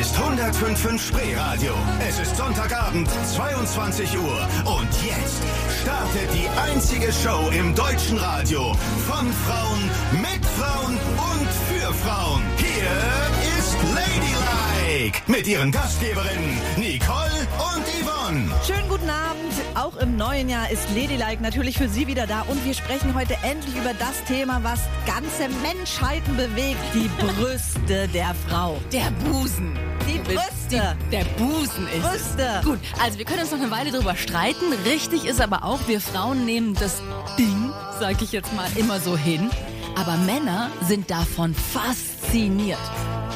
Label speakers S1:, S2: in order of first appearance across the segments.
S1: ist 105.5 Spreeradio. Es ist Sonntagabend, 22 Uhr. Und jetzt startet die einzige Show im deutschen Radio von Frauen, mit Frauen und für Frauen. Hier ist Ladylike mit ihren Gastgeberinnen Nicole und Yvonne.
S2: Schönen guten Abend. Auch im neuen Jahr ist Ladylike natürlich für Sie wieder da und wir sprechen heute endlich über das Thema, was ganze Menschheiten bewegt, die Brüste der Frau.
S3: Der Busen.
S2: Die
S3: Du willst
S2: Brüste.
S3: Die, der Busen ist.
S2: Brüste.
S3: Es. Gut, also wir können uns noch eine Weile drüber streiten. Richtig ist aber auch, wir Frauen nehmen das Ding, sag ich jetzt mal, immer so hin. Aber Männer sind davon fasziniert.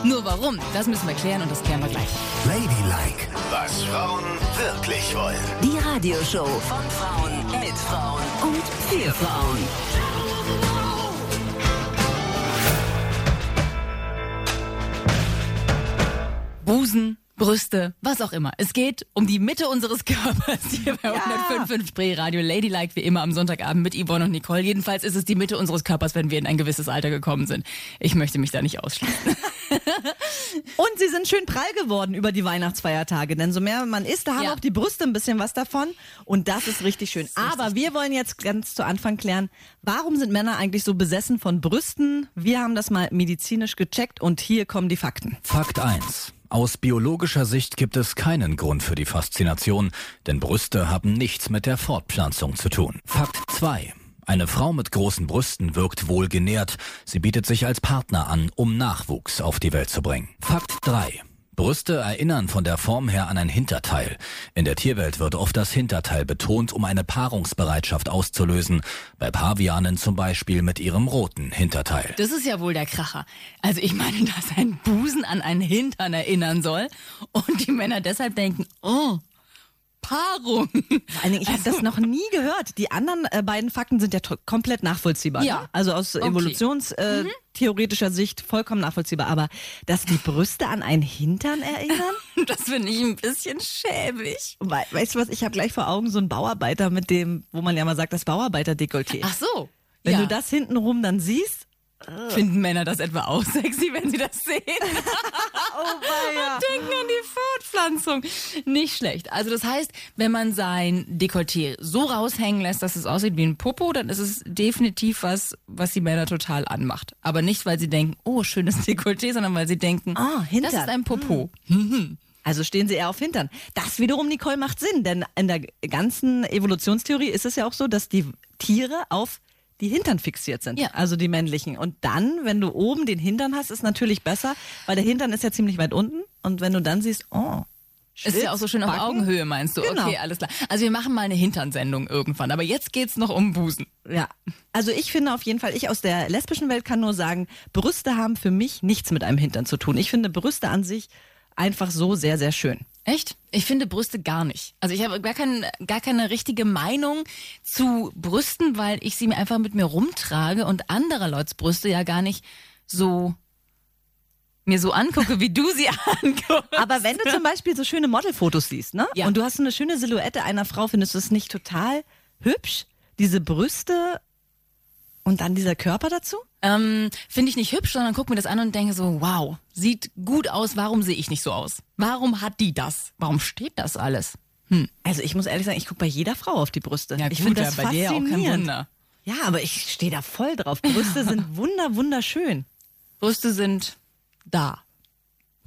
S3: Nur warum? Das müssen wir klären und das klären wir gleich.
S1: Ladylike, was Frauen wirklich wollen.
S4: Die Radioshow von Frauen mit Frauen und für Frauen.
S3: Busen, Brüste, was auch immer. Es geht um die Mitte unseres Körpers hier bei 105.5 Spree Radio Ladylike, wie immer am Sonntagabend mit Yvonne und Nicole. Jedenfalls ist es die Mitte unseres Körpers, wenn wir in ein gewisses Alter gekommen sind. Ich möchte mich da nicht ausschließen.
S2: Und sie sind schön prall geworden über die Weihnachtsfeiertage, denn so mehr man isst, da haben
S3: Ja.
S2: auch die Brüste ein bisschen was davon und das ist richtig schön. Aber wir wollen jetzt ganz zu Anfang klären, warum sind Männer eigentlich so besessen von Brüsten? Wir haben das mal medizinisch gecheckt und hier kommen die Fakten.
S5: Fakt 1. Aus biologischer Sicht gibt es keinen Grund für die Faszination, denn Brüste haben nichts mit der Fortpflanzung zu tun. Fakt 2. Eine Frau mit großen Brüsten wirkt wohlgenährt. Sie bietet sich als Partner an, um Nachwuchs auf die Welt zu bringen. Fakt 3. Brüste erinnern von der Form her an ein Hinterteil. In der Tierwelt wird oft das Hinterteil betont, um eine Paarungsbereitschaft auszulösen. Bei Pavianen zum Beispiel mit ihrem roten Hinterteil.
S3: Das ist ja wohl der Kracher. Also ich meine, dass ein Busen an einen Hintern erinnern soll und die Männer deshalb denken, oh, Paarung.
S2: Vor allen Dingen, ich
S3: Also
S2: habe das noch nie gehört. Die anderen äh, beiden Fakten sind ja to- komplett nachvollziehbar.
S3: Ja.
S2: Ne? Also aus
S3: Okay. Mhm.
S2: evolutionstheoretischer äh, theoretischer Sicht vollkommen nachvollziehbar. Aber dass die Brüste an einen Hintern erinnern?
S3: Das finde ich ein bisschen schäbig.
S2: Wei- Weißt du was, ich habe gleich vor Augen so einen Bauarbeiter mit dem, wo man ja mal sagt, das Bauarbeiter-Dekolleté.
S3: Ach so.
S2: Wenn
S3: ja.
S2: du das hintenrum dann siehst,
S3: Finden Männer das etwa auch sexy, wenn sie das sehen?
S2: oh weia.
S3: Und denken an die Fortpflanzung. Nicht schlecht. Also das heißt, wenn man sein Dekolleté so raushängen lässt, dass es aussieht wie ein Popo, dann ist es definitiv was, was die Männer total anmacht. Aber nicht, weil sie denken, oh, schönes Dekolleté, sondern weil sie denken,
S2: Ah, Hintern.
S3: das ist ein Popo.
S2: also stehen sie eher auf Hintern. Das wiederum, Nicole, macht Sinn, denn in der ganzen Evolutionstheorie ist es ja auch so, dass die Tiere auf die Hintern fixiert sind,
S3: Ja.
S2: also die männlichen. Und dann, wenn du oben den Hintern hast, ist natürlich besser, weil der Hintern ist ja ziemlich weit unten. Und wenn du dann siehst, oh,
S3: Ist ja auch so schön auf
S2: Schwitzbacken.
S3: Augenhöhe, meinst du?
S2: Genau.
S3: Okay, alles klar. Also wir machen mal eine Hinternsendung irgendwann. Aber jetzt geht's noch um Busen.
S2: Ja, also ich finde auf jeden Fall, ich aus der lesbischen Welt kann nur sagen, Brüste haben für mich nichts mit einem Hintern zu tun. Ich finde Brüste an sich einfach so sehr, sehr schön.
S3: Echt? Ich finde Brüste gar nicht. Also ich habe gar, kein, gar keine richtige Meinung zu Brüsten, weil ich sie mir einfach mit mir rumtrage und anderer Leuts Brüste ja gar nicht so mir so angucke, wie du sie anguckst.
S2: Aber wenn du zum Beispiel so schöne Modelfotos siehst, ne?
S3: Ja.
S2: Und du hast so eine schöne Silhouette einer Frau, findest du es nicht total hübsch? Diese Brüste und dann dieser Körper dazu?
S3: ähm, finde ich nicht hübsch, sondern guck mir das an und denke so, wow, sieht gut aus, warum sehe ich nicht so aus? Warum hat die das? Warum steht das alles?
S2: Also ich muss ehrlich sagen, ich gucke bei jeder Frau auf die Brüste. ich
S3: gut,
S2: finde das
S3: ja, bei dir ja auch kein
S2: faszinierend.
S3: Wunder.
S2: Ja, aber ich stehe da voll drauf. Brüste sind wunder, wunderschön.
S3: Brüste sind da.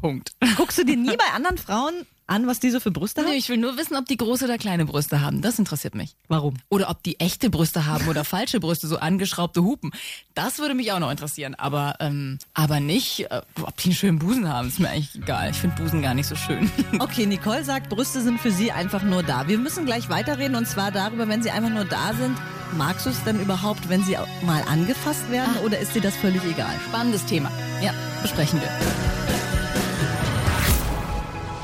S3: Punkt.
S2: Guckst du dir nie bei anderen Frauen an, was die so für Brüste
S3: Nee,
S2: haben?
S3: ich will nur wissen, ob die große oder kleine Brüste haben. Das interessiert mich.
S2: Warum?
S3: Oder ob die echte Brüste haben oder falsche Brüste, so angeschraubte Hupen. Das würde mich auch noch interessieren. Aber, ähm, aber nicht, äh, ob die einen schönen Busen haben. Ist mir eigentlich egal. Ich finde Busen gar nicht so schön.
S2: Okay, Nicole sagt, Brüste sind für sie einfach nur da. Wir müssen gleich weiterreden und zwar darüber, wenn sie einfach nur da sind. Magst du es denn überhaupt, wenn sie auch mal angefasst werden oder ist dir das völlig egal?
S3: Spannendes Thema. Ja, besprechen wir.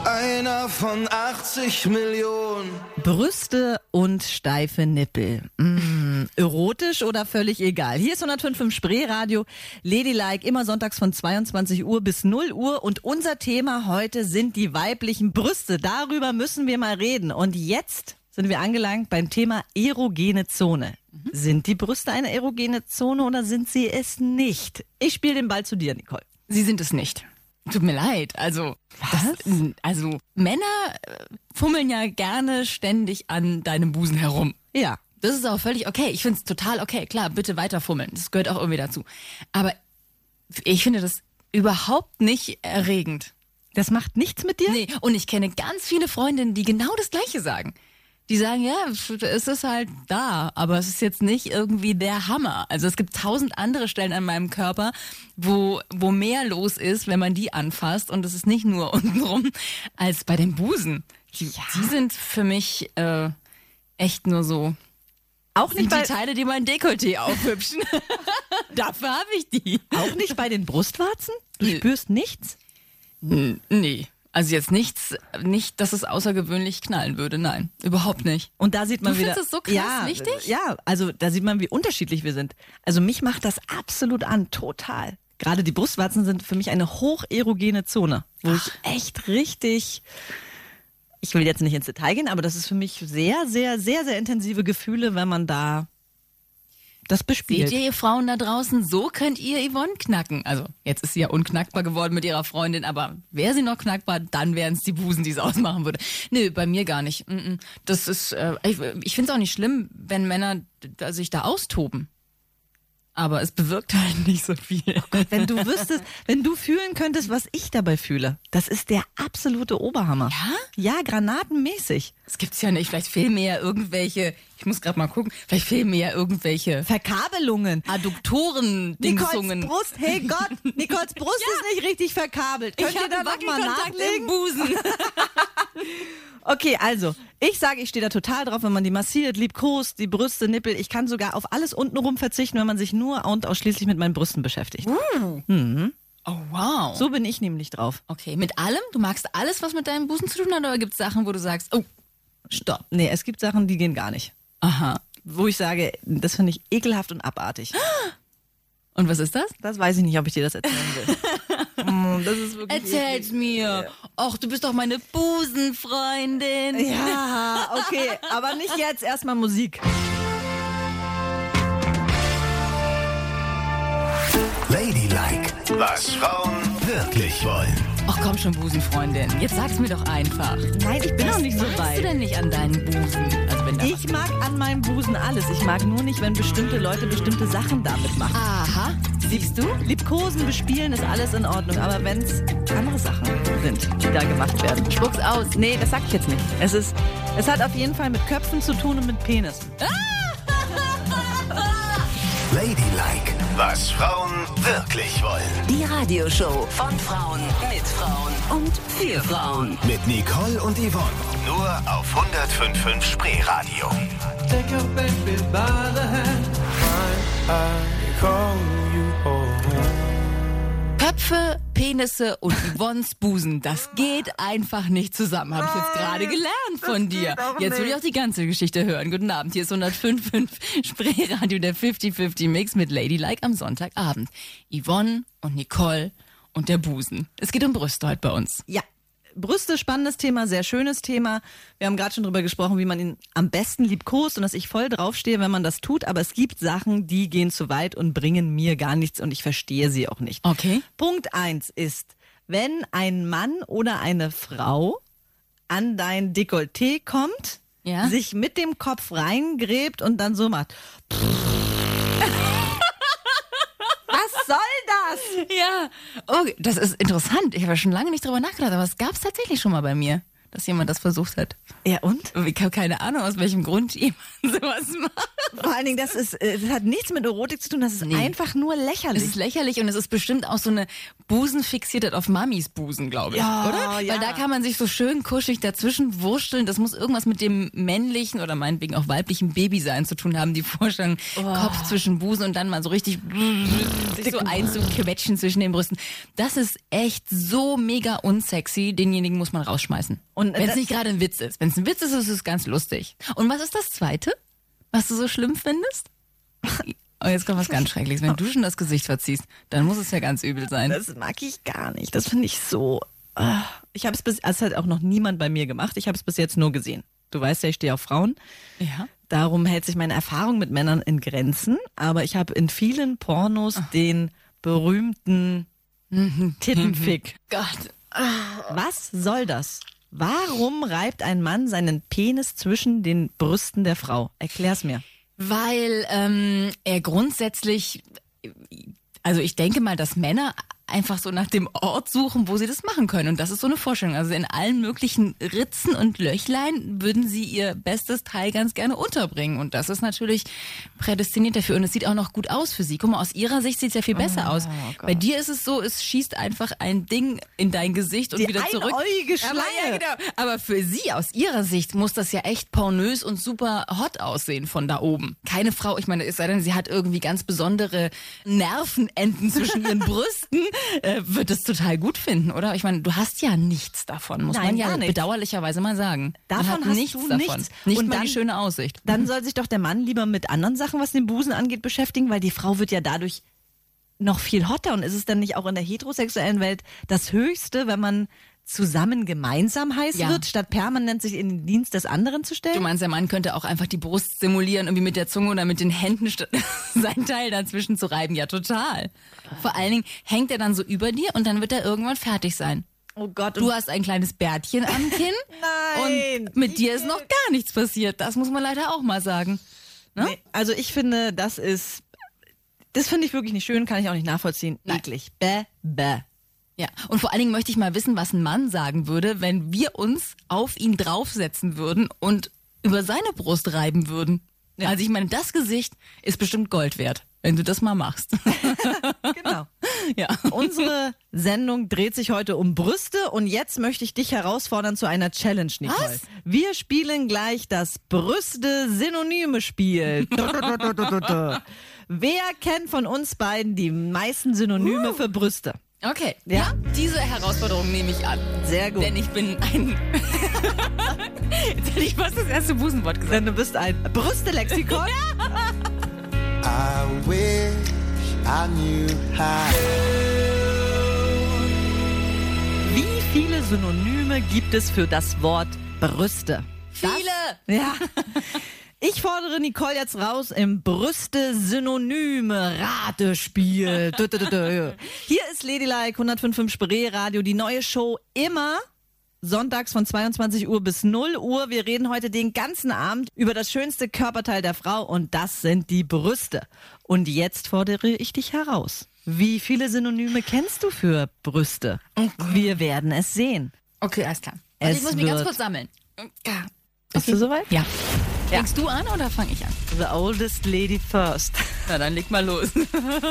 S6: Einer von 80 Millionen.
S2: Brüste und steife Nippel. Mm, erotisch oder völlig egal. Hier ist 105.5 Spreeradio, Ladylike, immer sonntags von 22 Uhr bis 0 Uhr. Und unser Thema heute sind die weiblichen Brüste. Darüber müssen wir mal reden. Und jetzt sind wir angelangt beim Thema erogene Zone.
S3: Mhm.
S2: Sind die Brüste eine erogene Zone oder sind sie es nicht? Ich spiele den Ball zu dir, Nicole.
S3: Sie sind es nicht. Tut mir leid. Also, Das, also Männer äh, fummeln ja gerne ständig an deinem Busen herum.
S2: Ja.
S3: Das ist auch völlig okay. Ich finde es total okay. Klar, bitte weiter fummeln. Das gehört auch irgendwie dazu. Aber ich finde das überhaupt nicht erregend.
S2: Das macht nichts mit dir?
S3: Nee, und ich kenne ganz viele Freundinnen, die genau das Gleiche sagen. Die sagen, ja, pf, es ist halt da, aber es ist jetzt nicht irgendwie der Hammer. Also es gibt tausend andere Stellen an meinem Körper, wo, wo mehr los ist, wenn man die anfasst und es ist nicht nur untenrum, als bei dem Busen. Die, die sind für mich äh, echt nur so.
S2: Auch
S3: Sind
S2: nicht,
S3: die
S2: bei,
S3: Teile, die mein Dekolleté aufhübschen. Dafür habe ich die.
S2: auch nicht bei den Brustwarzen? Du
S3: Nö.
S2: spürst nichts?
S3: Nee, also jetzt nichts, nicht, dass es außergewöhnlich knallen würde. Nein, überhaupt nicht.
S2: Und da sieht man
S3: Du
S2: wieder.
S3: findest es so krass
S2: ja,
S3: wichtig?
S2: Ja, also da sieht man, wie unterschiedlich wir sind. Also mich macht das absolut an, total. Gerade die Brustwarzen sind für mich eine hocherogene Zone, wo ich echt richtig. Ich will jetzt nicht ins Detail gehen, aber das ist für mich sehr, sehr, sehr, sehr intensive Gefühle, wenn man da das bespielt.
S3: Seht ihr, ihr Frauen da draußen, so könnt ihr Yvonne knacken. Also, jetzt ist sie ja unknackbar geworden mit ihrer Freundin, aber wäre sie noch knackbar, dann wären es die Busen, die es ausmachen würde. Nö, bei mir gar nicht. Mm, mm. Das ist, äh, ich, ich finde es auch nicht schlimm, wenn Männer da, sich da austoben. Aber es bewirkt halt nicht so viel.
S2: Wenn du wüsstest, wenn du fühlen könntest, was ich dabei fühle, das ist der absolute Oberhammer. Ja? Ja, granatenmäßig.
S3: Das gibt's ja nicht. Vielleicht fehlen mir ja irgendwelche, ich muss gerade mal gucken, vielleicht fehlen mir ja irgendwelche
S2: Verkabelungen.
S3: Adduktoren,
S2: Nicoles
S3: Dingsungen.
S2: Brust, hey Gott, Nicoles Brust ist nicht richtig verkabelt. Könnt
S3: Ich
S2: ihr
S3: habe
S2: da nochmal
S3: Wackelkontakt im
S2: nachlegen?
S3: Busen.
S2: Okay, also, ich sage, ich stehe da total drauf, wenn man die massiert, liebkost, die Brüste, Nippel. Ich kann sogar auf alles untenrum verzichten, wenn man sich nur und ausschließlich mit meinen Brüsten beschäftigt.
S3: Oh, wow.
S2: So bin ich nämlich drauf.
S3: Okay, mit allem? Du magst alles, was mit deinem Busen zu tun hat, oder gibt es Sachen, wo du sagst, oh, stopp.
S2: Nee, es gibt Sachen, die gehen gar nicht.
S3: Aha.
S2: Wo ich sage, das finde ich ekelhaft und abartig.
S3: Und was ist das?
S2: Das weiß ich nicht, ob ich dir das erzählen will. Mm, das ist wirklich
S3: Erzähl's mir. Och, du bist doch meine Busenfreundin.
S2: Ja, okay, aber nicht jetzt, erstmal Musik.
S1: Ladylike, was Frauen wirklich wollen.
S3: Och, komm schon, Busenfreundin. Jetzt sag's mir doch einfach.
S2: Nein, ich bin noch nicht so
S3: magst
S2: weit.
S3: du denn nicht an deinen Busen? Also wenn da
S2: Ich mag an meinem Busen alles. Ich mag nur nicht, wenn bestimmte Leute bestimmte Sachen damit machen.
S3: Aha. Siehst du?
S2: Liebkosen, bespielen ist alles in Ordnung, aber wenn es andere Sachen sind, die da gemacht werden.
S3: Spuck's aus.
S2: Nee, das sag ich jetzt nicht. Es ist, es hat auf jeden Fall mit Köpfen zu tun und mit Penissen.
S1: Ladylike, was Frauen wirklich wollen.
S4: Die Radioshow von Frauen mit Frauen und für Frauen.
S1: Mit Nicole und Yvonne. Nur auf 105.5 Spreeradio.
S7: Take your baby by the hand. Why I call you home.
S3: Köpfe, Penisse und Yvonnes Busen, das geht einfach nicht zusammen. Habe ich jetzt gerade gelernt von dir. Jetzt will ich auch die ganze Geschichte hören. Guten Abend, hier ist 105.5 Spreeradio, der 50-50 Mix mit Ladylike am Sonntagabend. Yvonne und Nicole und der Busen. Es geht um Brüste heute bei uns.
S2: Ja. Brüste, spannendes Thema, sehr schönes Thema. Wir haben gerade schon drüber gesprochen, wie man ihn am besten liebkost und dass ich voll draufstehe, wenn man das tut. Aber es gibt Sachen, die gehen zu weit und bringen mir gar nichts und ich verstehe sie auch nicht.
S3: Okay.
S2: Punkt eins ist, wenn ein Mann oder eine Frau an dein Dekolleté kommt,
S3: Ja.
S2: sich mit dem Kopf reingräbt und dann so macht. Was soll das?
S3: Ja, okay, Oh, das ist interessant. Ich habe ja schon lange nicht drüber nachgedacht, aber es gab es tatsächlich schon mal bei mir, dass jemand das versucht hat.
S2: Ja, und?
S3: Ich habe keine Ahnung, aus welchem Grund jemand sowas macht.
S2: Vor allen Dingen, das, ist, äh, das hat nichts mit Erotik zu tun, das ist einfach nur lächerlich.
S3: Es ist lächerlich und es ist bestimmt auch so eine Busenfixiertheit auf Mamis Busen, glaube ich,
S2: Ja,
S3: oder?
S2: ja.
S3: Weil da kann man sich so schön kuschelig dazwischen wursteln. Das muss irgendwas mit dem männlichen oder meinetwegen auch weiblichen Babysein zu tun haben, die Vorstellung,
S2: Oh.
S3: Kopf zwischen Busen und dann mal so richtig sich so einzuquetschen zwischen den Brüsten. Das ist echt so mega unsexy. Denjenigen muss man rausschmeißen.
S2: Und,
S3: Und
S2: äh,
S3: wenn
S2: das-
S3: es nicht gerade ein Witz ist. Wenn es ein Witz ist, ist es ganz lustig. Und was ist das Zweite, was du so schlimm findest? Oh, jetzt kommt was ganz Schreckliches. Wenn du schon das Gesicht verziehst, dann muss es ja ganz übel sein.
S2: Das mag ich gar nicht. Das finde ich so. ah. Ich habe es bis, es hat auch noch niemand bei mir gemacht. Ich habe es bis jetzt nur gesehen. Du weißt ja, ich stehe auf Frauen.
S3: Ja.
S2: Darum hält sich meine Erfahrung mit Männern in Grenzen. Aber ich habe in vielen Pornos den berühmten
S3: Mhm.
S2: Tittenfick.
S3: Gott.
S2: Was soll das? Warum reibt ein Mann seinen Penis zwischen den Brüsten der Frau? Erklär's mir.
S3: Weil ähm, er grundsätzlich, also ich denke mal, dass Männer einfach so nach dem Ort suchen, wo sie das machen können. Und das ist so eine Vorstellung. Also in allen möglichen Ritzen und Löchlein würden sie ihr bestes Teil ganz gerne unterbringen. Und das ist natürlich prädestiniert dafür. Und es sieht auch noch gut aus für sie. Guck mal, aus ihrer Sicht sieht es ja viel besser aus. Bei dir ist es so, es schießt einfach ein Ding in dein Gesicht und
S2: Die
S3: wieder zurück.
S2: einäugige
S3: Aber ja,
S2: Schlange.
S3: genau. Genau. Aber für sie aus ihrer Sicht muss das ja echt pornös und super hot aussehen von da oben. Keine Frau, ich meine, es sei denn, sie hat irgendwie ganz besondere Nervenenden zwischen ihren Brüsten, äh, wird es total gut finden, oder? Ich meine, du hast ja nichts davon, muss
S2: Nein,
S3: man ja
S2: gar nichts.
S3: bedauerlicherweise mal sagen.
S2: Davon
S3: man hat
S2: hast
S3: nichts
S2: du
S3: davon.
S2: nichts.
S3: Nicht
S2: Und
S3: mal
S2: dann-
S3: die schöne Aussicht.
S2: Dann soll sich doch der Mann lieber mit anderen Sachen, was den Busen angeht, beschäftigen, weil die Frau wird ja dadurch noch viel hotter. Und ist es dann nicht auch in der heterosexuellen Welt das Höchste, wenn man zusammen gemeinsam heiß
S3: Ja.
S2: wird, statt permanent sich in den Dienst des anderen zu
S3: Du
S2: stellen?
S3: meinst, der Mann könnte auch einfach die Brust simulieren, irgendwie mit der Zunge oder mit den Händen statt- sein Teil dazwischen zu reiben. Ja, total. Vor allen Dingen hängt er dann so über dir und dann wird er irgendwann fertig sein.
S2: Oh Gott,
S3: Du hast ein kleines Bärtchen am Kinn.
S2: Nein,
S3: Und mit dir ist noch gar nichts passiert. Das muss man leider auch mal sagen.
S2: Nee, also ich finde, das ist, das finde ich wirklich nicht schön, kann ich auch nicht nachvollziehen. Eklig. Bäh, bäh.
S3: Ja. Und vor allen Dingen möchte ich mal wissen, was ein Mann sagen würde, wenn wir uns auf ihn draufsetzen würden und über seine Brust reiben würden. Also ich meine, das Gesicht ist bestimmt Gold wert, wenn du das mal machst.
S2: Genau.
S3: ja.
S2: Unsere Sendung dreht sich heute um Brüste und jetzt möchte ich dich herausfordern zu einer Challenge, Nicole.
S3: Was?
S2: Wir spielen gleich das Brüste-Synonyme-Spiel. Wer kennt von uns beiden die meisten Synonyme für Brüste?
S3: Okay.
S2: Ja.
S3: Diese Herausforderung nehme ich an.
S2: Sehr gut.
S3: Denn ich bin ein. Jetzt hätte ich fast das erste Busenwort gesagt.
S2: Denn du bist ein Brüste-Lexikon.
S7: I wish I knew how.
S2: Wie viele Synonyme gibt es für das Wort Brüste?
S3: Viele!
S2: Ja. Ich fordere Nicole jetzt raus im Brüste-Synonyme-Ratespiel. Dö, dö, dö, dö. Hier ist Ladylike 105.5 Spree Radio, die neue Show immer sonntags von 22 Uhr bis 0 Uhr. Wir reden heute den ganzen Abend über das schönste Körperteil der Frau und das sind die Brüste. Und jetzt fordere ich dich heraus. Wie viele Synonyme kennst du für Brüste? Wir werden es sehen.
S3: Okay, alles klar.
S2: Es
S3: Also ich muss mich ganz
S2: wird-
S3: kurz sammeln. Ja.
S2: Bist du soweit?
S3: Ja. Fängst du an oder fange ich an?
S2: The oldest lady first.
S3: Na, dann leg mal los.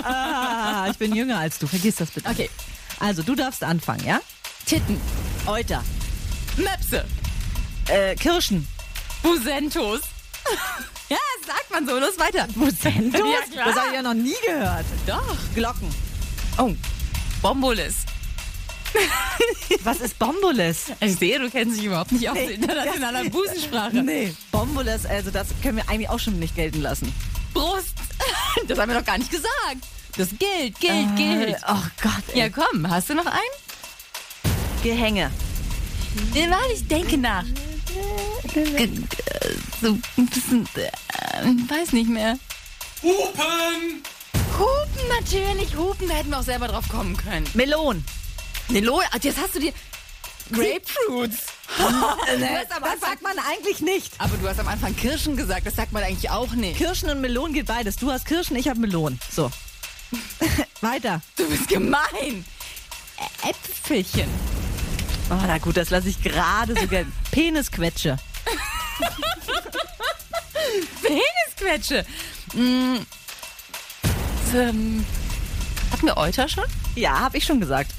S2: Ah, ich bin jünger als du. Vergiss das bitte.
S3: Okay.
S2: Also, du darfst anfangen, ja?
S3: Titten,
S2: Euter.
S3: Möpse,
S2: Äh, Kirschen.
S3: Busentos. ja, das sagt man so. Los, weiter. Busentos? Ja, klar.
S2: Das habe ich ja noch nie gehört.
S3: Doch.
S2: Glocken.
S3: Oh. Bombolis.
S2: Was ist Bomboles?
S3: Ich sehe, du kennst dich überhaupt nicht aus der internationalen Busensprache.
S2: Nee. Bomboles, also das können wir eigentlich auch schon nicht gelten lassen.
S3: Brust. Das haben wir doch gar nicht gesagt. Das gilt, gilt, gilt.
S2: Oh Gott, ey.
S3: Äh, Ja, komm, hast du noch einen?
S2: Gehänge.
S3: Äh, Warte, ich denke nach. G- g- äh, So ein bisschen, äh, ich weiß nicht mehr. Hupen! Hupen, natürlich, Hupen, da hätten wir auch selber drauf kommen können.
S2: Melon.
S3: Melo, ach, jetzt hast du dir Grapefruits.
S2: Das, das sagt man eigentlich nicht.
S3: Aber du hast am Anfang Kirschen gesagt, das sagt man eigentlich auch nicht.
S2: Kirschen und Melon geht beides. Du hast Kirschen, ich habe Melon. So. Weiter.
S3: Du bist gemein. Ä- Äpfelchen.
S2: Oh, na gut, das lasse ich gerade so gelten. Penisquetsche.
S3: Penisquetsche. Mm. Ähm, hatten wir Euter schon?
S2: Ja, habe ich schon gesagt.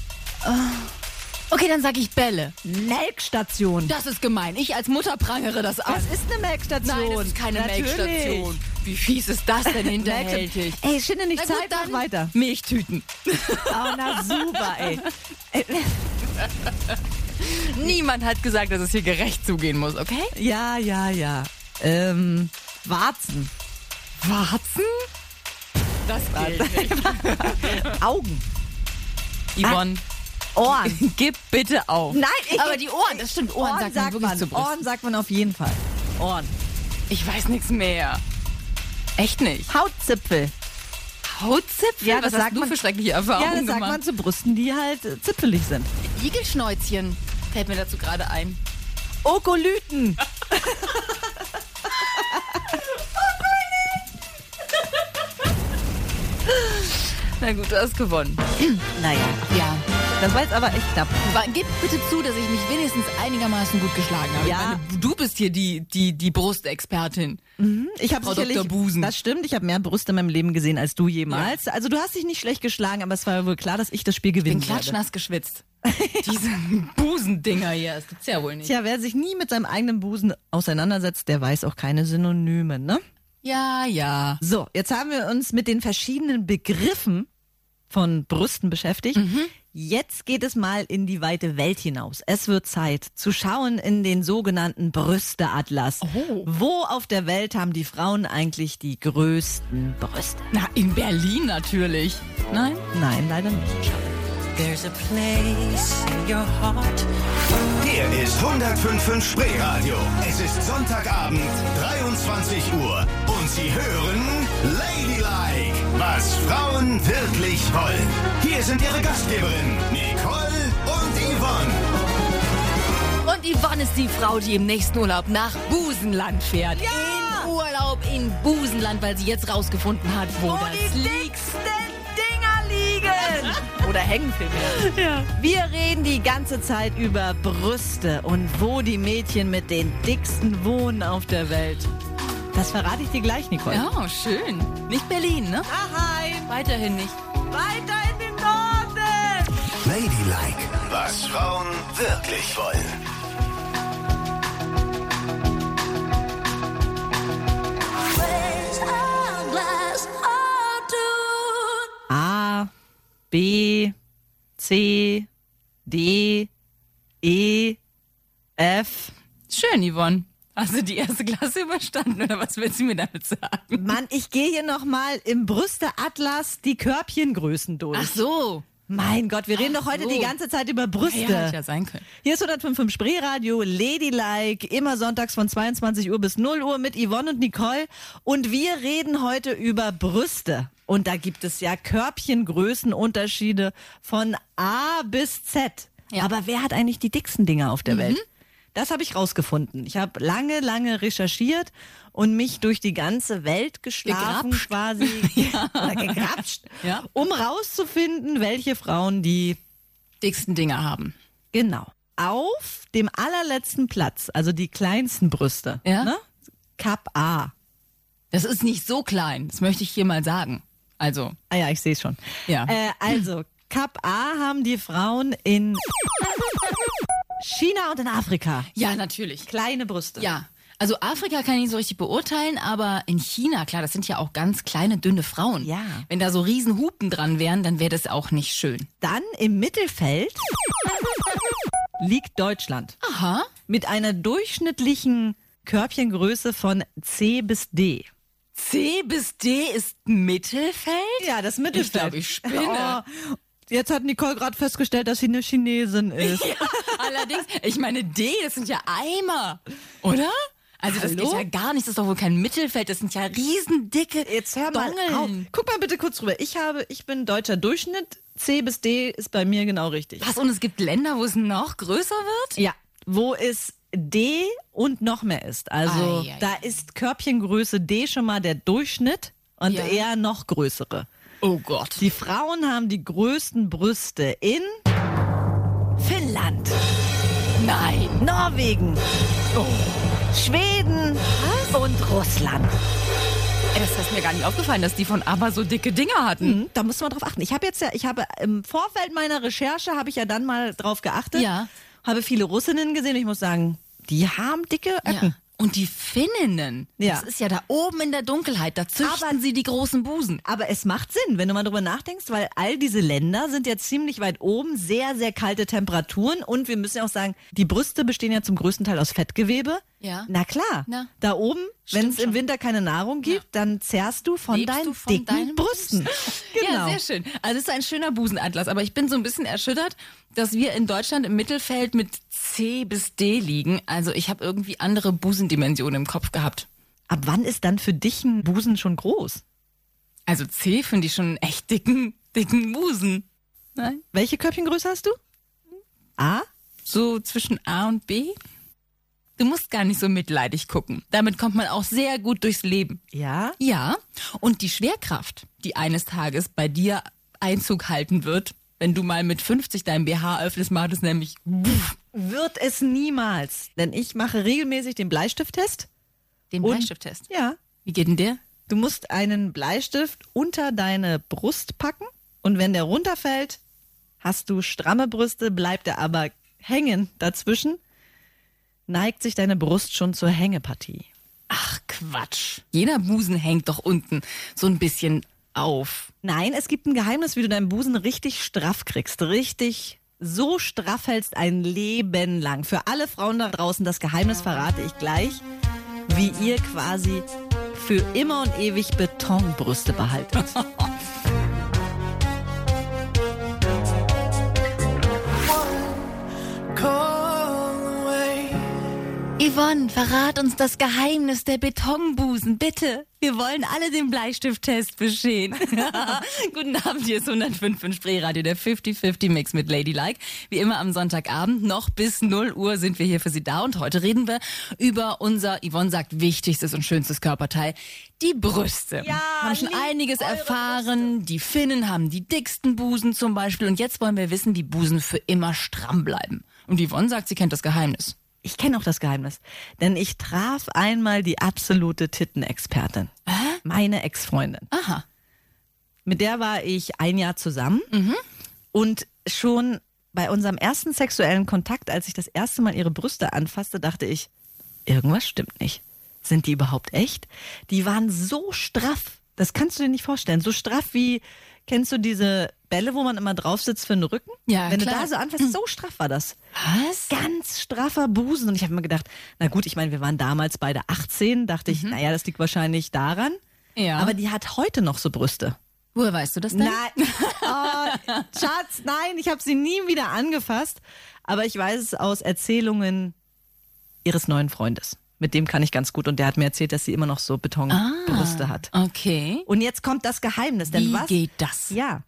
S3: Okay, dann sag ich Bälle.
S2: Melkstation.
S3: Das ist gemein. Ich als Mutter prangere das an.
S2: Das ist eine Melkstation.
S3: Nein, das ist keine
S2: Natürlich.
S3: Melkstation. Wie fies ist das denn hinterhältig?
S2: Melkstation. Ey, schinde nicht
S3: Na
S2: Zeit, mach weiter.
S3: Milchtüten.
S2: Oh, na super, ey.
S3: Niemand hat gesagt, dass es hier gerecht zugehen muss, okay?
S2: Ja, ja, ja. Ähm, Warzen.
S3: Warzen? Das gilt nicht.
S2: Augen.
S3: Yvonne,
S2: Ohren.
S3: gib bitte auf.
S2: Nein, ich-
S3: Aber die Ohren, das stimmt. Ohren, sagt man wirklich zu Brust.
S2: Ohren sagt man auf jeden Fall. Ohren.
S3: Ich weiß nichts mehr. Echt nicht.
S2: Hautzipfel.
S3: Hautzipfel?
S2: Ja,
S3: Was
S2: das
S3: hast
S2: sagt
S3: du
S2: man-
S3: für schreckliche
S2: Ja, das
S3: Erfahrungen
S2: sagt man
S3: gemacht?
S2: zu Brüsten, die halt äh, zipfelig sind.
S3: Igelschnäuzchen fällt mir dazu gerade ein.
S2: Okolyten.
S3: Na gut, du hast gewonnen.
S2: Naja,
S3: Ja.
S2: das war jetzt aber echt knapp. Hm,
S3: Wa- Gib bitte zu, dass ich mich wenigstens einigermaßen gut geschlagen habe.
S2: Ja.
S3: Ich meine, du bist hier die, die, die Brustexpertin.
S2: Ich habe
S3: Frau
S2: sicherlich,
S3: Dr. Busen.
S2: das stimmt, ich habe mehr Brüste in meinem Leben gesehen als du jemals. Also du hast dich nicht schlecht geschlagen, aber es war wohl klar, dass ich das Spiel
S3: Bin
S2: gewinnen werde.
S3: klatschnass geschwitzt. Diese Busendinger hier, das gibt's ja wohl nicht.
S2: Tja, wer sich nie mit seinem eigenen Busen auseinandersetzt, der weiß auch keine Synonyme, ne?
S3: Ja, ja.
S2: So, jetzt haben wir uns mit den verschiedenen Begriffen von Brüsten beschäftigt. Jetzt geht es mal in die weite Welt hinaus. Es wird Zeit zu schauen in den sogenannten Brüsteatlas. Wo auf der Welt haben die Frauen eigentlich die größten Brüste?
S3: Na, in Berlin natürlich. Nein?
S2: Nein, leider nicht.
S4: There's a place in your heart.
S1: Hier ist 105.5 Spreeradio. Es ist Sonntagabend, 23 Uhr. Und Sie hören Ladylike, was Frauen wirklich wollen. Hier sind Ihre Gastgeberinnen, Nicole und Yvonne.
S3: Und Yvonne ist die Frau, die im nächsten Urlaub nach Busenland fährt. In Urlaub in Busenland, weil sie jetzt rausgefunden hat, wo, das liegt.
S2: Dinger liegen! Oder hängen vielmehr. Wir reden die ganze Zeit über Brüste und wo die Mädchen mit den dicksten wohnen auf der Welt. Das verrate ich dir gleich, Nicole.
S3: Ja, schön. Nicht Berlin, ne?
S2: Daheim,
S3: Weiterhin nicht.
S2: weiter in den Norden!
S1: Ladylike, was Frauen wirklich wollen.
S2: A, B, C, D, E, F.
S3: Schön, Yvonne. Hast du die erste Klasse überstanden oder was willst du mir damit sagen?
S2: Mann, ich gehe hier nochmal im Brüsteatlas die Körbchengrößen durch.
S3: so.
S2: Mein Gott, wir reden doch heute
S3: so.
S2: die ganze Zeit über Brüste.
S3: Ja, hätte ja sein können.
S2: Hier ist 105.5 Spreeradio, Ladylike, immer sonntags von 22 Uhr bis 0 Uhr mit Yvonne und Nicole. Und wir reden heute über Brüste. Und da gibt es ja Körbchengrößenunterschiede von A bis Z.
S3: Ja. Mhm.
S2: Aber wer hat eigentlich die dicksten Dinger auf der Welt? Das habe ich rausgefunden. Ich habe lange, lange recherchiert und mich durch die ganze Welt geschlafen,
S3: Gegrapscht.
S2: quasi oder gegrapscht,
S3: Ja.
S2: um rauszufinden, welche Frauen die
S3: Dicksten Dinger haben.
S2: Genau. Auf dem allerletzten Platz, also die kleinsten Brüste.
S3: Ja.
S2: Ne? Cup A.
S3: Das ist nicht so klein, das möchte ich hier mal sagen. Also,
S2: Ah ja, ich sehe schon.
S3: Ja.
S2: Äh, also, Cup A haben die Frauen in China und in Afrika.
S3: ja, natürlich.
S2: Kleine Brüste.
S3: Ja. Also Afrika kann ich nicht so richtig beurteilen, aber in China, klar, das sind ja auch ganz kleine, dünne Frauen.
S2: Ja.
S3: Wenn da so riesen Hupen dran wären, dann wäre das auch nicht schön.
S2: Dann im Mittelfeld liegt Deutschland.
S3: Aha.
S2: Mit einer durchschnittlichen Körbchengröße von C bis D.
S3: C bis D ist Mittelfeld?
S2: Ja, das
S3: Ich
S2: Mittelfeld.
S3: glaube, ich spinne.
S2: Oh, jetzt hat Nicole gerade festgestellt, dass sie eine Chinesin ist.
S3: Allerdings, ich meine, D, das sind ja Eimer, oder? Also das
S2: Hallo?
S3: geht ja gar nicht, das ist doch wohl kein Mittelfeld, das sind ja riesendicke
S2: Jetzt hör mal
S3: Dongeln.
S2: auf. Guck mal bitte kurz rüber. Ich habe, ich bin deutscher Durchschnitt. C bis D ist bei mir genau richtig.
S3: Was, und es gibt Länder, wo es noch größer wird?
S2: Ja. Wo es D und noch mehr ist. Also
S3: Ei, ei,
S2: da ist Körbchengröße D schon mal der Durchschnitt und
S3: Ja.
S2: eher noch größere.
S3: Oh Gott.
S2: Die Frauen haben die größten Brüste in Finnland,
S3: Nein.
S2: Norwegen,
S3: Oh.
S2: Schweden und Russland.
S3: Ey, Das ist mir gar nicht aufgefallen, dass die von ABBA so dicke Dinger hatten.
S2: Mhm, Da muss man drauf achten. Ich habe jetzt ja, ich habe im Vorfeld meiner Recherche habe ich ja dann mal drauf geachtet.
S3: Ja.
S2: Habe viele Russinnen gesehen. Ich muss sagen, die haben dicke Öcken.
S3: Ja. Und die Finninnen,
S2: Ja.
S3: das ist ja da oben in der Dunkelheit, da züchten
S2: Aber-
S3: sie die großen Busen.
S2: Aber es macht Sinn, wenn du mal drüber nachdenkst, weil all diese Länder sind ja ziemlich weit oben, sehr, sehr kalte Temperaturen und wir müssen ja auch sagen, die Brüste bestehen ja zum größten Teil aus Fettgewebe.
S3: Ja.
S2: Na klar,
S3: Na.
S2: da oben, wenn es im
S3: schon.
S2: Winter keine Nahrung gibt, dann zehrst du von
S3: Lebst
S2: deinen
S3: du von
S2: dicken
S3: deinen
S2: Brüsten. Genau.
S3: Ja, sehr schön. Also es ist ein schöner Busenatlas, aber ich bin so ein bisschen erschüttert, dass wir in Deutschland im Mittelfeld mit C bis D liegen. Also ich habe irgendwie andere Busendimensionen im Kopf gehabt.
S2: Ab wann ist dann für dich ein Busen schon groß?
S3: Also C finde ich schon einen echt dicken, dicken Musen. Nein?
S2: Welche Köpfchengröße hast du? A?
S3: So zwischen A und B? Du musst gar nicht so mitleidig gucken. Damit kommt man auch sehr gut durchs Leben.
S2: Ja.
S3: Ja, und die Schwerkraft, die eines Tages bei dir Einzug halten wird, wenn du mal mit 50 dein BH öffnest, macht es nämlich
S2: Wird es niemals. Denn ich mache regelmäßig den Bleistifttest.
S3: den
S2: Und-
S3: Bleistifttest.
S2: Ja.
S3: Wie geht denn der?
S2: Du musst einen Bleistift unter deine Brust packen und wenn der runterfällt, hast du stramme Brüste, bleibt er aber hängen dazwischen, neigt sich deine Brust schon zur Hängepartie.
S3: Ach Quatsch. Jeder Busen hängt doch unten so ein bisschen auf.
S2: Nein, es gibt ein Geheimnis, wie du deinen Busen richtig straff kriegst. Richtig so straff hältst ein Leben lang. Für alle Frauen da draußen, das Geheimnis verrate ich gleich, wie ihr quasi für immer und ewig Betonbrüste behaltet.
S3: Yvonne, verrat uns das Geheimnis der Betonbusen, bitte. Wir wollen alle den Bleistifttest bestehen. Guten Abend, hier ist 105 in Spreeradio, der 50-50-Mix mit Ladylike. Wie immer am Sonntagabend, noch bis 0 Uhr sind wir hier für Sie da und heute reden wir über unser, Yvonne sagt, wichtigstes und schönstes Körperteil, die Brüste. Ja, haben schon einiges erfahren, die Finnen haben die dicksten Busen zum Beispiel und jetzt wollen wir wissen, wie Busen für immer stramm bleiben. Und Yvonne sagt, sie kennt das Geheimnis.
S2: Ich kenne auch das Geheimnis, denn ich traf einmal die absolute Tittenexpertin. Meine Ex-Freundin.
S3: Aha.
S2: Mit der war ich ein Jahr zusammen
S3: Mhm.
S2: und schon bei unserem ersten sexuellen Kontakt, als ich das erste Mal ihre Brüste anfasste, dachte ich, irgendwas stimmt nicht. Sind die überhaupt echt? Die waren so straff. Das kannst du dir nicht vorstellen. So straff wie, kennst du diese Bälle, wo man immer drauf sitzt für den Rücken?
S3: Ja,
S2: Wenn du
S3: klar. Mhm.
S2: da so anfasst, so straff war das
S3: Was?
S2: ganz straffer Busen. Und ich habe mir gedacht, na gut, ich meine, wir waren damals beide 18, dachte ich, naja, das liegt wahrscheinlich daran.
S3: Mhm. Ja.
S2: Aber die hat heute noch so Brüste.
S3: Woher weißt du das denn?
S2: Nein. Oh, Schatz, nein, ich habe sie nie wieder angefasst. Aber ich weiß es aus Erzählungen ihres neuen Freundes. Mit dem kann ich ganz gut. Und der hat mir erzählt, dass sie immer noch so Betonbrüste hat.
S3: Okay.
S2: Und jetzt kommt das Geheimnis. Denn
S3: Ah. Wie
S2: was
S3: geht das?
S2: ja.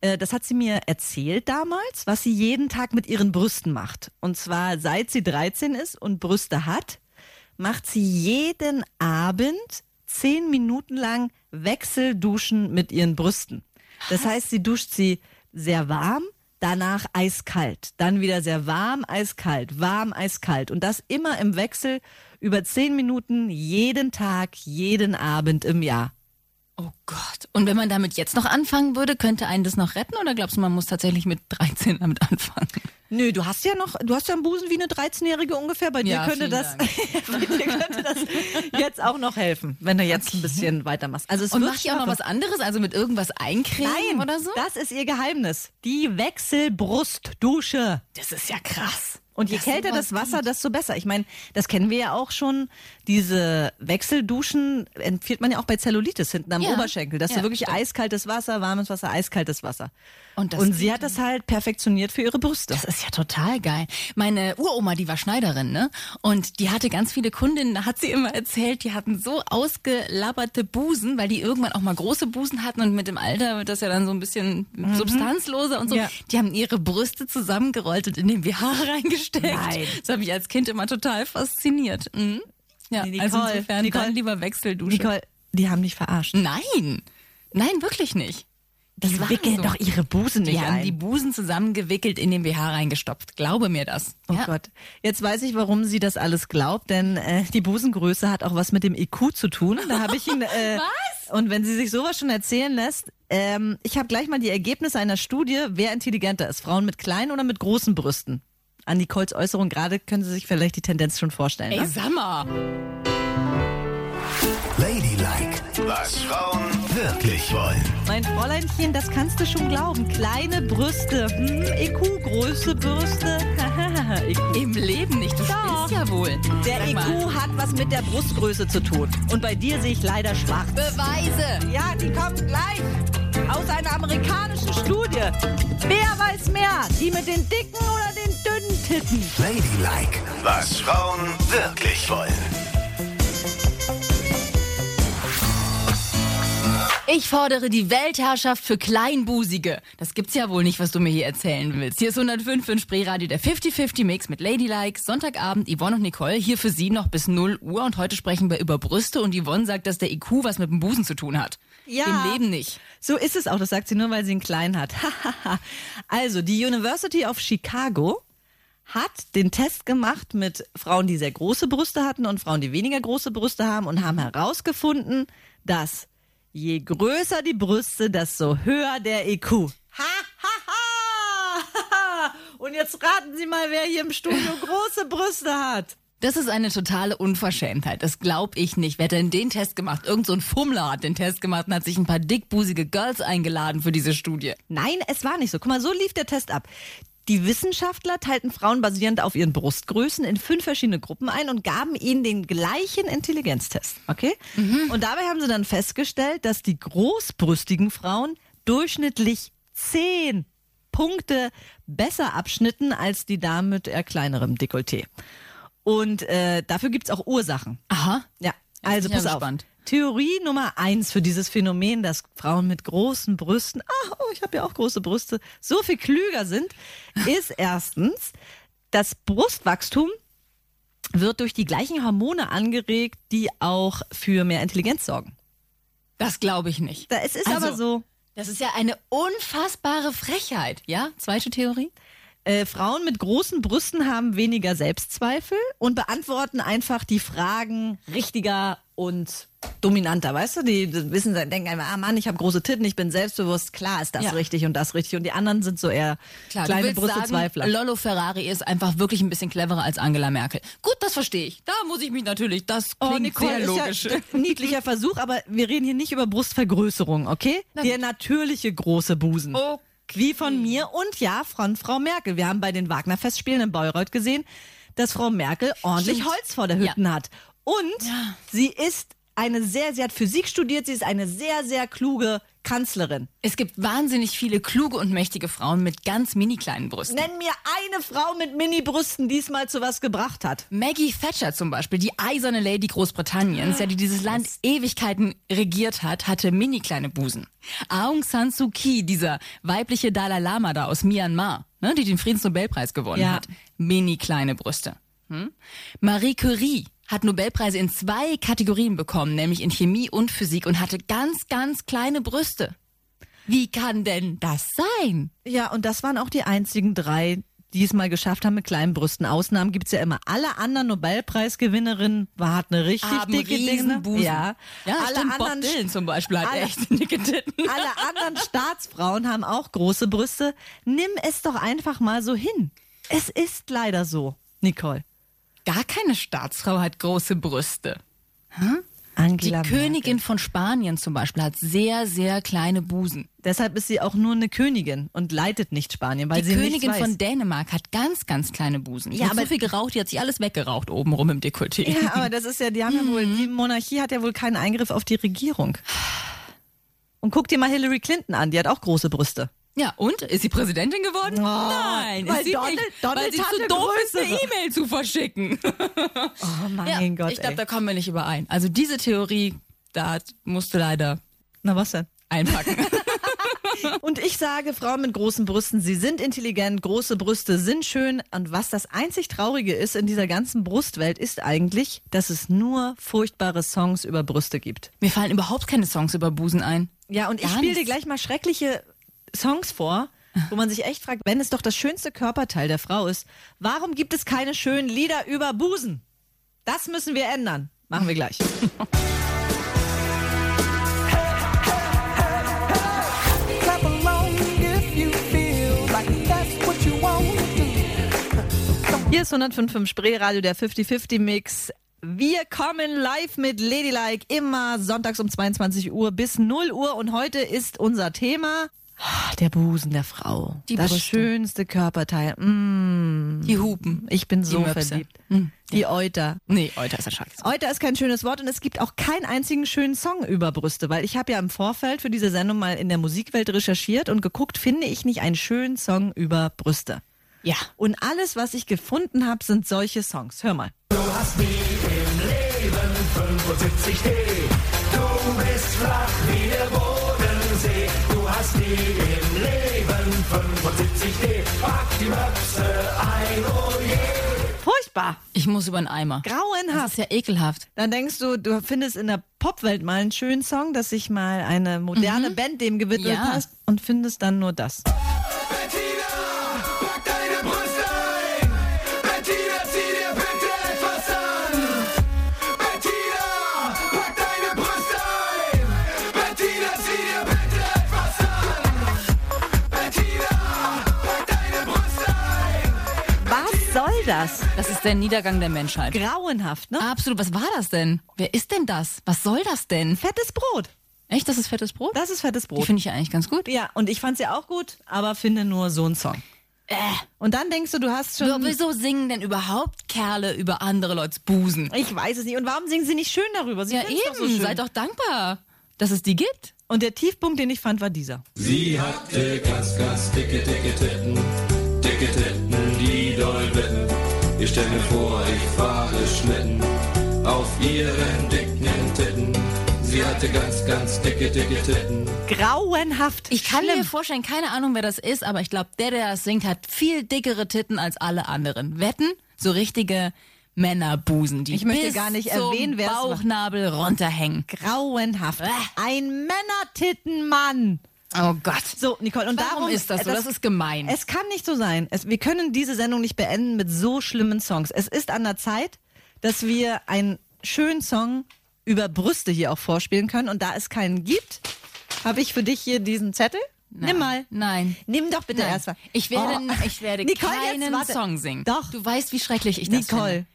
S2: Äh, Das hat sie mir erzählt damals, was sie jeden Tag mit ihren Brüsten macht. Und zwar seit sie 13 ist und Brüste hat, macht sie jeden Abend zehn Minuten lang Wechselduschen mit ihren Brüsten. Das heißt, sie duscht sie sehr warm, danach eiskalt, dann wieder sehr warm, eiskalt, warm, eiskalt. Und das immer im Wechsel über zehn Minuten jeden Tag, jeden Abend im Jahr.
S3: Oh Gott. Und wenn man damit jetzt noch anfangen würde, könnte einen das noch retten? Oder glaubst du, man muss tatsächlich mit 13 damit anfangen?
S2: Nö, du hast ja noch, du hast ja einen Busen wie eine 13-Jährige ungefähr. Bei dir,
S3: Ja,
S2: könnte
S3: vielen
S2: das,
S3: Dank.
S2: bei dir könnte das jetzt auch noch helfen, wenn du jetzt ein bisschen weitermachst. Also es
S3: Und
S2: wird
S3: macht ihr auch noch
S2: straffer.
S3: was anderes? Also mit irgendwas eincremen
S2: Nein,
S3: oder so?
S2: das ist ihr Geheimnis. Die Wechselbrustdusche.
S3: Das ist ja krass.
S2: Und je
S3: Das
S2: kälter
S3: super
S2: das Wasser, desto besser. Ich meine, das kennen wir ja auch schon. Diese Wechselduschen empfiehlt man ja auch bei Zellulitis hinten am
S3: Ja.
S2: Oberschenkel, dass
S3: Ja,
S2: du wirklich
S3: stimmt.
S2: eiskaltes Wasser, warmes Wasser, eiskaltes Wasser.
S3: Und das
S2: Und sie
S3: geht
S2: hat das halt perfektioniert für ihre Brüste.
S3: Das ist ja total geil. Meine Uroma, die war Schneiderin, ne? Und die hatte ganz viele Kundinnen, da hat sie immer erzählt, die hatten so ausgelabberte Busen, weil die irgendwann auch mal große Busen hatten und mit dem Alter wird das ja dann so ein bisschen substanzloser und so.
S2: Mhm. Ja.
S3: Die haben ihre Brüste zusammengerollt und in den BH reingesteckt.
S2: Nein.
S3: Das hat mich als Kind immer total fasziniert. Mhm. Ja,
S2: Nee,
S3: also
S2: Nicole,
S3: insofern
S2: Nicole.
S3: dann lieber Wechseldusche.
S2: Nicole, die haben dich verarscht.
S3: Nein, nein, wirklich nicht. Das
S2: Die
S3: waren
S2: wickeln
S3: so.
S2: doch ihre Busen nicht
S3: Die haben
S2: ein.
S3: die Busen zusammengewickelt in den BH reingestopft. Glaube mir das.
S2: Oh
S3: ja.
S2: Gott, jetzt weiß ich, warum sie das alles glaubt, denn äh, die Busengröße hat auch was mit dem IQ zu tun. Da habe ich ihn. Äh, was? Und wenn sie sich sowas schon erzählen lässt, ähm, ich habe gleich mal die Ergebnisse einer Studie, wer intelligenter ist, Frauen mit kleinen oder mit großen Brüsten. An Nicoles Äußerung gerade können Sie sich vielleicht die Tendenz schon vorstellen.
S3: Ey,
S2: Ne?
S3: sag mal.
S1: Ladylike, was Frauen wirklich wollen.
S2: Mein Fräuleinchen, das kannst du schon glauben. Kleine Brüste, hm, IQ, große Bürste. IQ.
S3: Im Leben nicht. Du
S2: Doch.
S3: spielst ja wohl.
S2: Der
S3: Sag mal.
S2: IQ hat was mit der Brustgröße zu tun. Und bei dir sehe ich leider schwarz.
S3: Beweise.
S2: Ja, die kommt gleich. Aus einer amerikanischen Studie. Wer weiß mehr? Die mit den dicken oder den dünnen Titten?
S1: Ladylike, was Frauen wirklich wollen.
S3: Ich fordere die Weltherrschaft für Kleinbusige. Das gibt's ja wohl nicht, was du mir hier erzählen willst. Hier ist 105 in Spreeradio der 50-50-Mix mit Ladylike. Sonntagabend Yvonne und Nicole hier für Sie noch bis 0 Uhr. Und heute sprechen wir über Brüste und Yvonne sagt, dass der IQ was mit dem Busen zu tun hat.
S2: Ja.
S3: Im Leben nicht.
S2: So ist es auch, das sagt sie nur, weil sie einen kleinen hat. also, die University of Chicago hat den Test gemacht mit Frauen, die sehr große Brüste hatten und Frauen, die weniger große Brüste haben und haben herausgefunden, dass je größer die Brüste, desto höher der E IQ. Ha, ha, ha. Und jetzt raten Sie mal, wer hier im Studio große Brüste hat.
S3: Das ist eine totale Unverschämtheit. Das glaub ich nicht. Wer hat denn den Test gemacht? Irgend so ein Fummler hat den Test gemacht und hat sich ein paar dickbusige Girls eingeladen für diese Studie.
S2: Nein, es war nicht so. Guck mal, so lief der Test ab. Die Wissenschaftler teilten Frauen basierend auf ihren Brustgrößen in fünf verschiedene Gruppen ein und gaben ihnen den gleichen Intelligenztest. Okay? Und dabei haben sie dann festgestellt, dass die großbrüstigen Frauen durchschnittlich zehn Punkte besser abschnitten als die Damen mit eher kleinerem Dekolleté. Und äh, dafür gibt's auch Ursachen.
S3: Aha.
S2: Ja,
S3: bin
S2: also
S3: ich ja
S2: pass auf.
S3: gespannt.
S2: Theorie Nummer eins für dieses Phänomen, dass Frauen mit großen Brüsten, ah, oh, ich habe ja auch große Brüste, so viel klüger sind, ist erstens, das Brustwachstum wird durch die gleichen Hormone angeregt, die auch für mehr Intelligenz sorgen.
S3: Das glaube ich nicht.
S2: Da- es ist
S3: Also,
S2: aber so.
S3: Das ist ja eine unfassbare Frechheit. Ja? Zweite Theorie?
S2: Äh, Frauen mit großen Brüsten haben weniger Selbstzweifel und beantworten einfach die Fragen richtiger und dominanter, weißt du? Die wissen, denken einfach, ah Mann, ich habe große Titten, ich bin selbstbewusst, klar ist das
S3: Ja.
S2: richtig und das richtig. Und die anderen sind so eher
S3: Klar,
S2: kleine
S3: du willst sagen,
S2: Brüstezweifler.
S3: Lollo Ferrari ist einfach wirklich ein bisschen cleverer als Angela Merkel. Gut, das verstehe ich. Da muss ich mich natürlich, das klingt sehr logisch.
S2: Oh, ist ja ein niedlicher Versuch, aber wir reden hier nicht über Brustvergrößerung, okay? Der natürliche große Busen.
S3: Okay.
S2: Wie von mir und ja von Frau Merkel. Wir haben bei den Wagner-Festspielen in Bayreuth gesehen, dass Frau Merkel ordentlich
S3: Stimmt.
S2: Holz vor der Hütten hat. Und sie ist eine sehr, sie hat Physik studiert, sie ist eine sehr, sehr kluge Kanzlerin.
S3: es gibt wahnsinnig viele kluge und mächtige Frauen mit ganz mini kleinen Brüsten.
S2: Nenn mir eine Frau mit Mini-Brüsten, die es mal zu was gebracht hat.
S3: Maggie Thatcher zum Beispiel, die eiserne Lady Großbritanniens, ja, die dieses Land Ewigkeiten regiert hat, hatte mini kleine Busen. Aung San Suu Kyi, dieser weibliche Dalai Lama da aus Myanmar, ne, die den Friedensnobelpreis gewonnen
S2: Ja.
S3: hat, mini kleine Brüste. Hm? Marie Curie hat Nobelpreise in zwei Kategorien bekommen, nämlich in Chemie und Physik und hatte ganz, ganz kleine Brüste. Wie kann denn das sein?
S2: Ja, und das waren auch die einzigen drei, die es mal geschafft haben mit kleinen Brüsten. Ausnahmen gibt's ja immer. Alle anderen Nobelpreisgewinnerinnen war- hat eine richtig
S3: Haben
S2: dicke Dinge.
S3: Riesenbusen.
S2: Ja.
S3: Ah, ja
S2: alle
S3: stimmt, Bob
S2: anderen
S3: Dylan zum Beispiel hat
S2: alle-
S3: echt dicke Titten.
S2: Alle anderen Staatsfrauen haben auch große Brüste. Nimm es doch einfach mal so hin. Es ist leider so, Nicole.
S3: Gar keine Staatsfrau hat große Brüste. Die
S2: Angela Merkel.
S3: Königin von Spanien zum Beispiel hat sehr, sehr kleine Busen.
S2: Deshalb ist sie auch nur eine Königin und leitet nicht Spanien, weil
S3: Die
S2: sie
S3: Königin
S2: nichts weiß.
S3: von Dänemark hat ganz, ganz kleine Busen. Die
S2: Ja,
S3: hat so
S2: aber-
S3: viel geraucht, die hat sich alles weggeraucht obenrum im Dekolleté.
S2: Ja, aber das ist ja, die haben ja wohl,
S3: Mhm.
S2: die Monarchie hat ja wohl keinen Eingriff auf die Regierung. Und guck dir mal Hillary Clinton an, die hat auch große Brüste.
S3: Ja, und? Ist sie Präsidentin geworden? Nein,
S2: Oh, weil
S3: ist sie
S2: Donald-
S3: nicht,
S2: Donald
S3: weil sie
S2: hat
S3: zu
S2: eine
S3: doof ist, eine
S2: größere.
S3: E-Mail zu verschicken.
S2: Oh mein
S3: ja,
S2: Gott.
S3: ich glaube,
S2: ey.
S3: da kommen wir nicht überein. Also diese Theorie, da musst du leider
S2: Na was denn?
S3: einpacken.
S2: Und ich sage, Frauen mit großen Brüsten, sie sind intelligent, große Brüste sind schön. Und was das einzig Traurige ist in dieser ganzen Brustwelt, ist eigentlich, dass es nur furchtbare Songs über Brüste gibt.
S3: Mir fallen überhaupt keine Songs über Busen ein.
S2: Ja, und ich
S3: Gar
S2: spiele dir
S3: nichts.
S2: gleich mal schreckliche Songs vor, wo man sich echt fragt, wenn es doch das schönste Körperteil der Frau ist, warum gibt es keine schönen Lieder über Busen? Das müssen wir ändern. Machen wir gleich.
S8: Clap along if you feel like that's what you want to do.
S2: Hier ist 105 im Spreeradio, der 50-50 Mix. Wir kommen live mit Ladylike immer sonntags um 22 Uhr bis 0 Uhr und heute ist unser Thema ah, der Busen der Frau.
S3: Die
S2: das
S3: Brüste.
S2: schönste Körperteil. Mm,
S3: Die Hupen.
S2: ich bin so
S3: Möpse. Mm.
S2: verliebt. Die Euter.
S3: Nee, Euter ist ein Schatz.
S2: Euter ist kein schönes Wort und es gibt auch keinen einzigen schönen Song über Brüste, weil ich habe ja im Vorfeld für diese Sendung mal in der Musikwelt recherchiert und geguckt, finde ich nicht einen schönen Song über Brüste.
S3: Ja.
S2: Und alles, was ich gefunden habe, sind solche Songs. Hör mal.
S1: Du bist flach wie der Boden.
S9: das Ziel im Leben. 75D, pack die Möpse ein, oh je.
S2: Furchtbar.
S3: Ich muss über einen Eimer. Das
S2: Grauenhaft.
S3: ist ja ekelhaft.
S2: Dann denkst du, du findest in der Popwelt mal einen schönen Song, dass sich mal eine moderne Band dem gewidmet
S3: Mhm. Ja.
S2: hast und findest dann nur das.
S9: Bettina, pack deine Brust ein. Bettina, zieh dir bitte etwas an. Bettina, pack deine Brust ein. Bettina, zieh dir bitte etwas an. Bettina, pack deine Brust ein.
S2: Was soll das?
S3: Das ist der Niedergang der Menschheit.
S2: Grauenhaft, ne?
S3: Absolut. Was war das denn? Wer ist denn das? Was soll das denn?
S2: Fettes Brot.
S3: Echt? Das ist fettes Brot?
S2: Das ist fettes
S3: Die
S2: Brot.
S3: finde ich ja eigentlich ganz gut.
S2: Ja, und ich fand's ja auch gut, aber finde nur so einen Song.
S3: Äh.
S2: Und dann denkst du, du hast schon.
S3: Wieso- Wieso singen denn überhaupt Kerle über andere Leute's Busen?
S2: Ich weiß es nicht. Und warum singen sie nicht schön darüber? Sie
S3: Ja,
S2: finden's
S3: eben.
S2: Doch so schön.
S3: Seid doch dankbar, dass es die gibt.
S2: und der Tiefpunkt, den ich fand, war dieser.
S9: Sie hatte ganz, ganz dicke, dicke Titten, dicke Titten, die doll bitten. Ich stell mir vor, ich fahre Schlitten auf ihren dicken Titten. Sie hatte ganz, ganz dicke, dicke Titten.
S2: Grauenhaft.
S3: Ich kann
S2: Schlimm.
S3: mir vorstellen, keine Ahnung, wer das ist, aber ich glaube, der, der das singt, hat viel dickere Titten als alle anderen. Wetten? So richtige Männerbusen, die
S2: Ich möchte
S3: bis
S2: gar nicht
S3: zum
S2: erwähnen, wer es war.
S3: Bauchnabel runterhängen.
S2: Grauenhaft.
S3: Äh.
S2: Ein Männertittenmann.
S3: Oh Gott.
S2: Genau. So, Nicole, und
S3: Warum
S2: darum
S3: ist das so? Das ist gemein.
S2: Es kann nicht so sein. Es, wir können diese Sendung nicht beenden mit so schlimmen Songs. Es ist an der Zeit, dass wir einen schönen Song über Brüste hier auch vorspielen können. Und da es keinen gibt, habe ich für dich hier diesen Zettel. Nimm mal.
S3: Nein.
S2: Nimm doch bitte
S3: Nein.
S2: erst mal.
S3: Ich werde,
S2: Oh.
S3: ich werde
S2: Nicole, jetzt
S3: keinen
S2: warte.
S3: Song singen.
S2: Doch.
S3: Du weißt, wie schrecklich ich das finde.
S2: Nicole,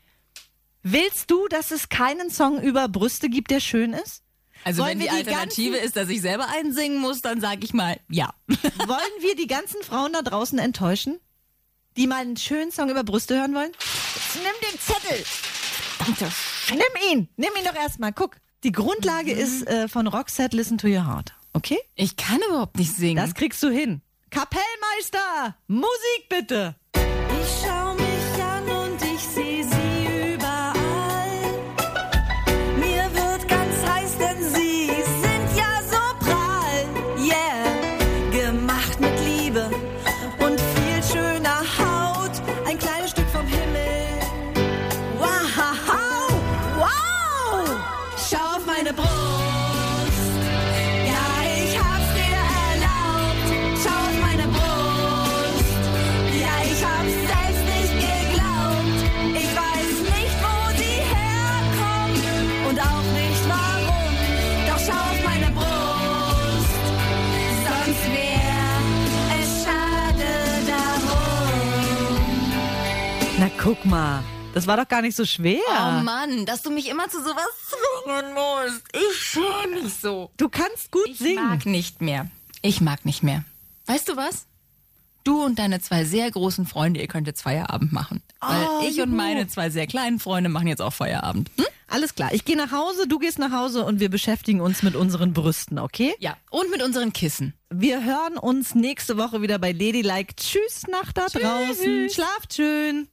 S2: willst du, dass es keinen Song über Brüste gibt, der schön ist?
S3: Also
S2: Wollen
S3: wenn die,
S2: wir die
S3: Alternative
S2: ganzen-
S3: ist, dass ich selber einen singen muss, dann sage ich mal ja.
S2: Wollen wir die ganzen Frauen da draußen enttäuschen, die mal einen schönen Song über Brüste hören wollen? Jetzt nimm den Zettel. Nimm ihn. Nimm ihn doch erstmal. Guck, die Grundlage ist äh, von Roxette Listen to Your Heart. Okay?
S3: Ich kann überhaupt nicht singen.
S2: Das kriegst du hin. Kapellmeister, Musik bitte.
S10: Ich schau mich an und ich seh sie überall. Mir wird ganz heiß, denn sie sind ja so prall. Yeah, gemacht mit Liebe und viel schöner Haut. Ein kleines Stück vom Himmel. Wow, wow! Schau auf meine Brust. Ja, ich hab's dir erlaubt. Schau auf meine Brust. Ja, ich hab's selbst nicht geglaubt. Ich weiß nicht, wo sie herkommt und auch nicht warum. Doch schau auf meine Brust. Sonst wär es schade darum.
S2: Na guck mal, das war doch gar nicht so schwer.
S3: Oh Mann, dass du mich immer zu sowas zwingen musst. Ich schäme mich so.
S2: du kannst gut
S3: Ich
S2: singen.
S3: mag nicht mehr. Ich mag nicht mehr. Weißt du was? Du und deine zwei sehr großen Freunde, ihr könnt jetzt Feierabend machen. Weil
S2: Oh,
S3: ich und
S2: juhu.
S3: meine zwei sehr kleinen Freunde machen jetzt auch Feierabend. Hm?
S2: Alles klar, ich gehe nach Hause, du gehst nach Hause und wir beschäftigen uns mit unseren Brüsten, okay?
S3: Ja, und mit unseren Kissen.
S2: Wir hören uns nächste Woche wieder bei Ladylike. Tschüss nach da draußen. Schlaft schön.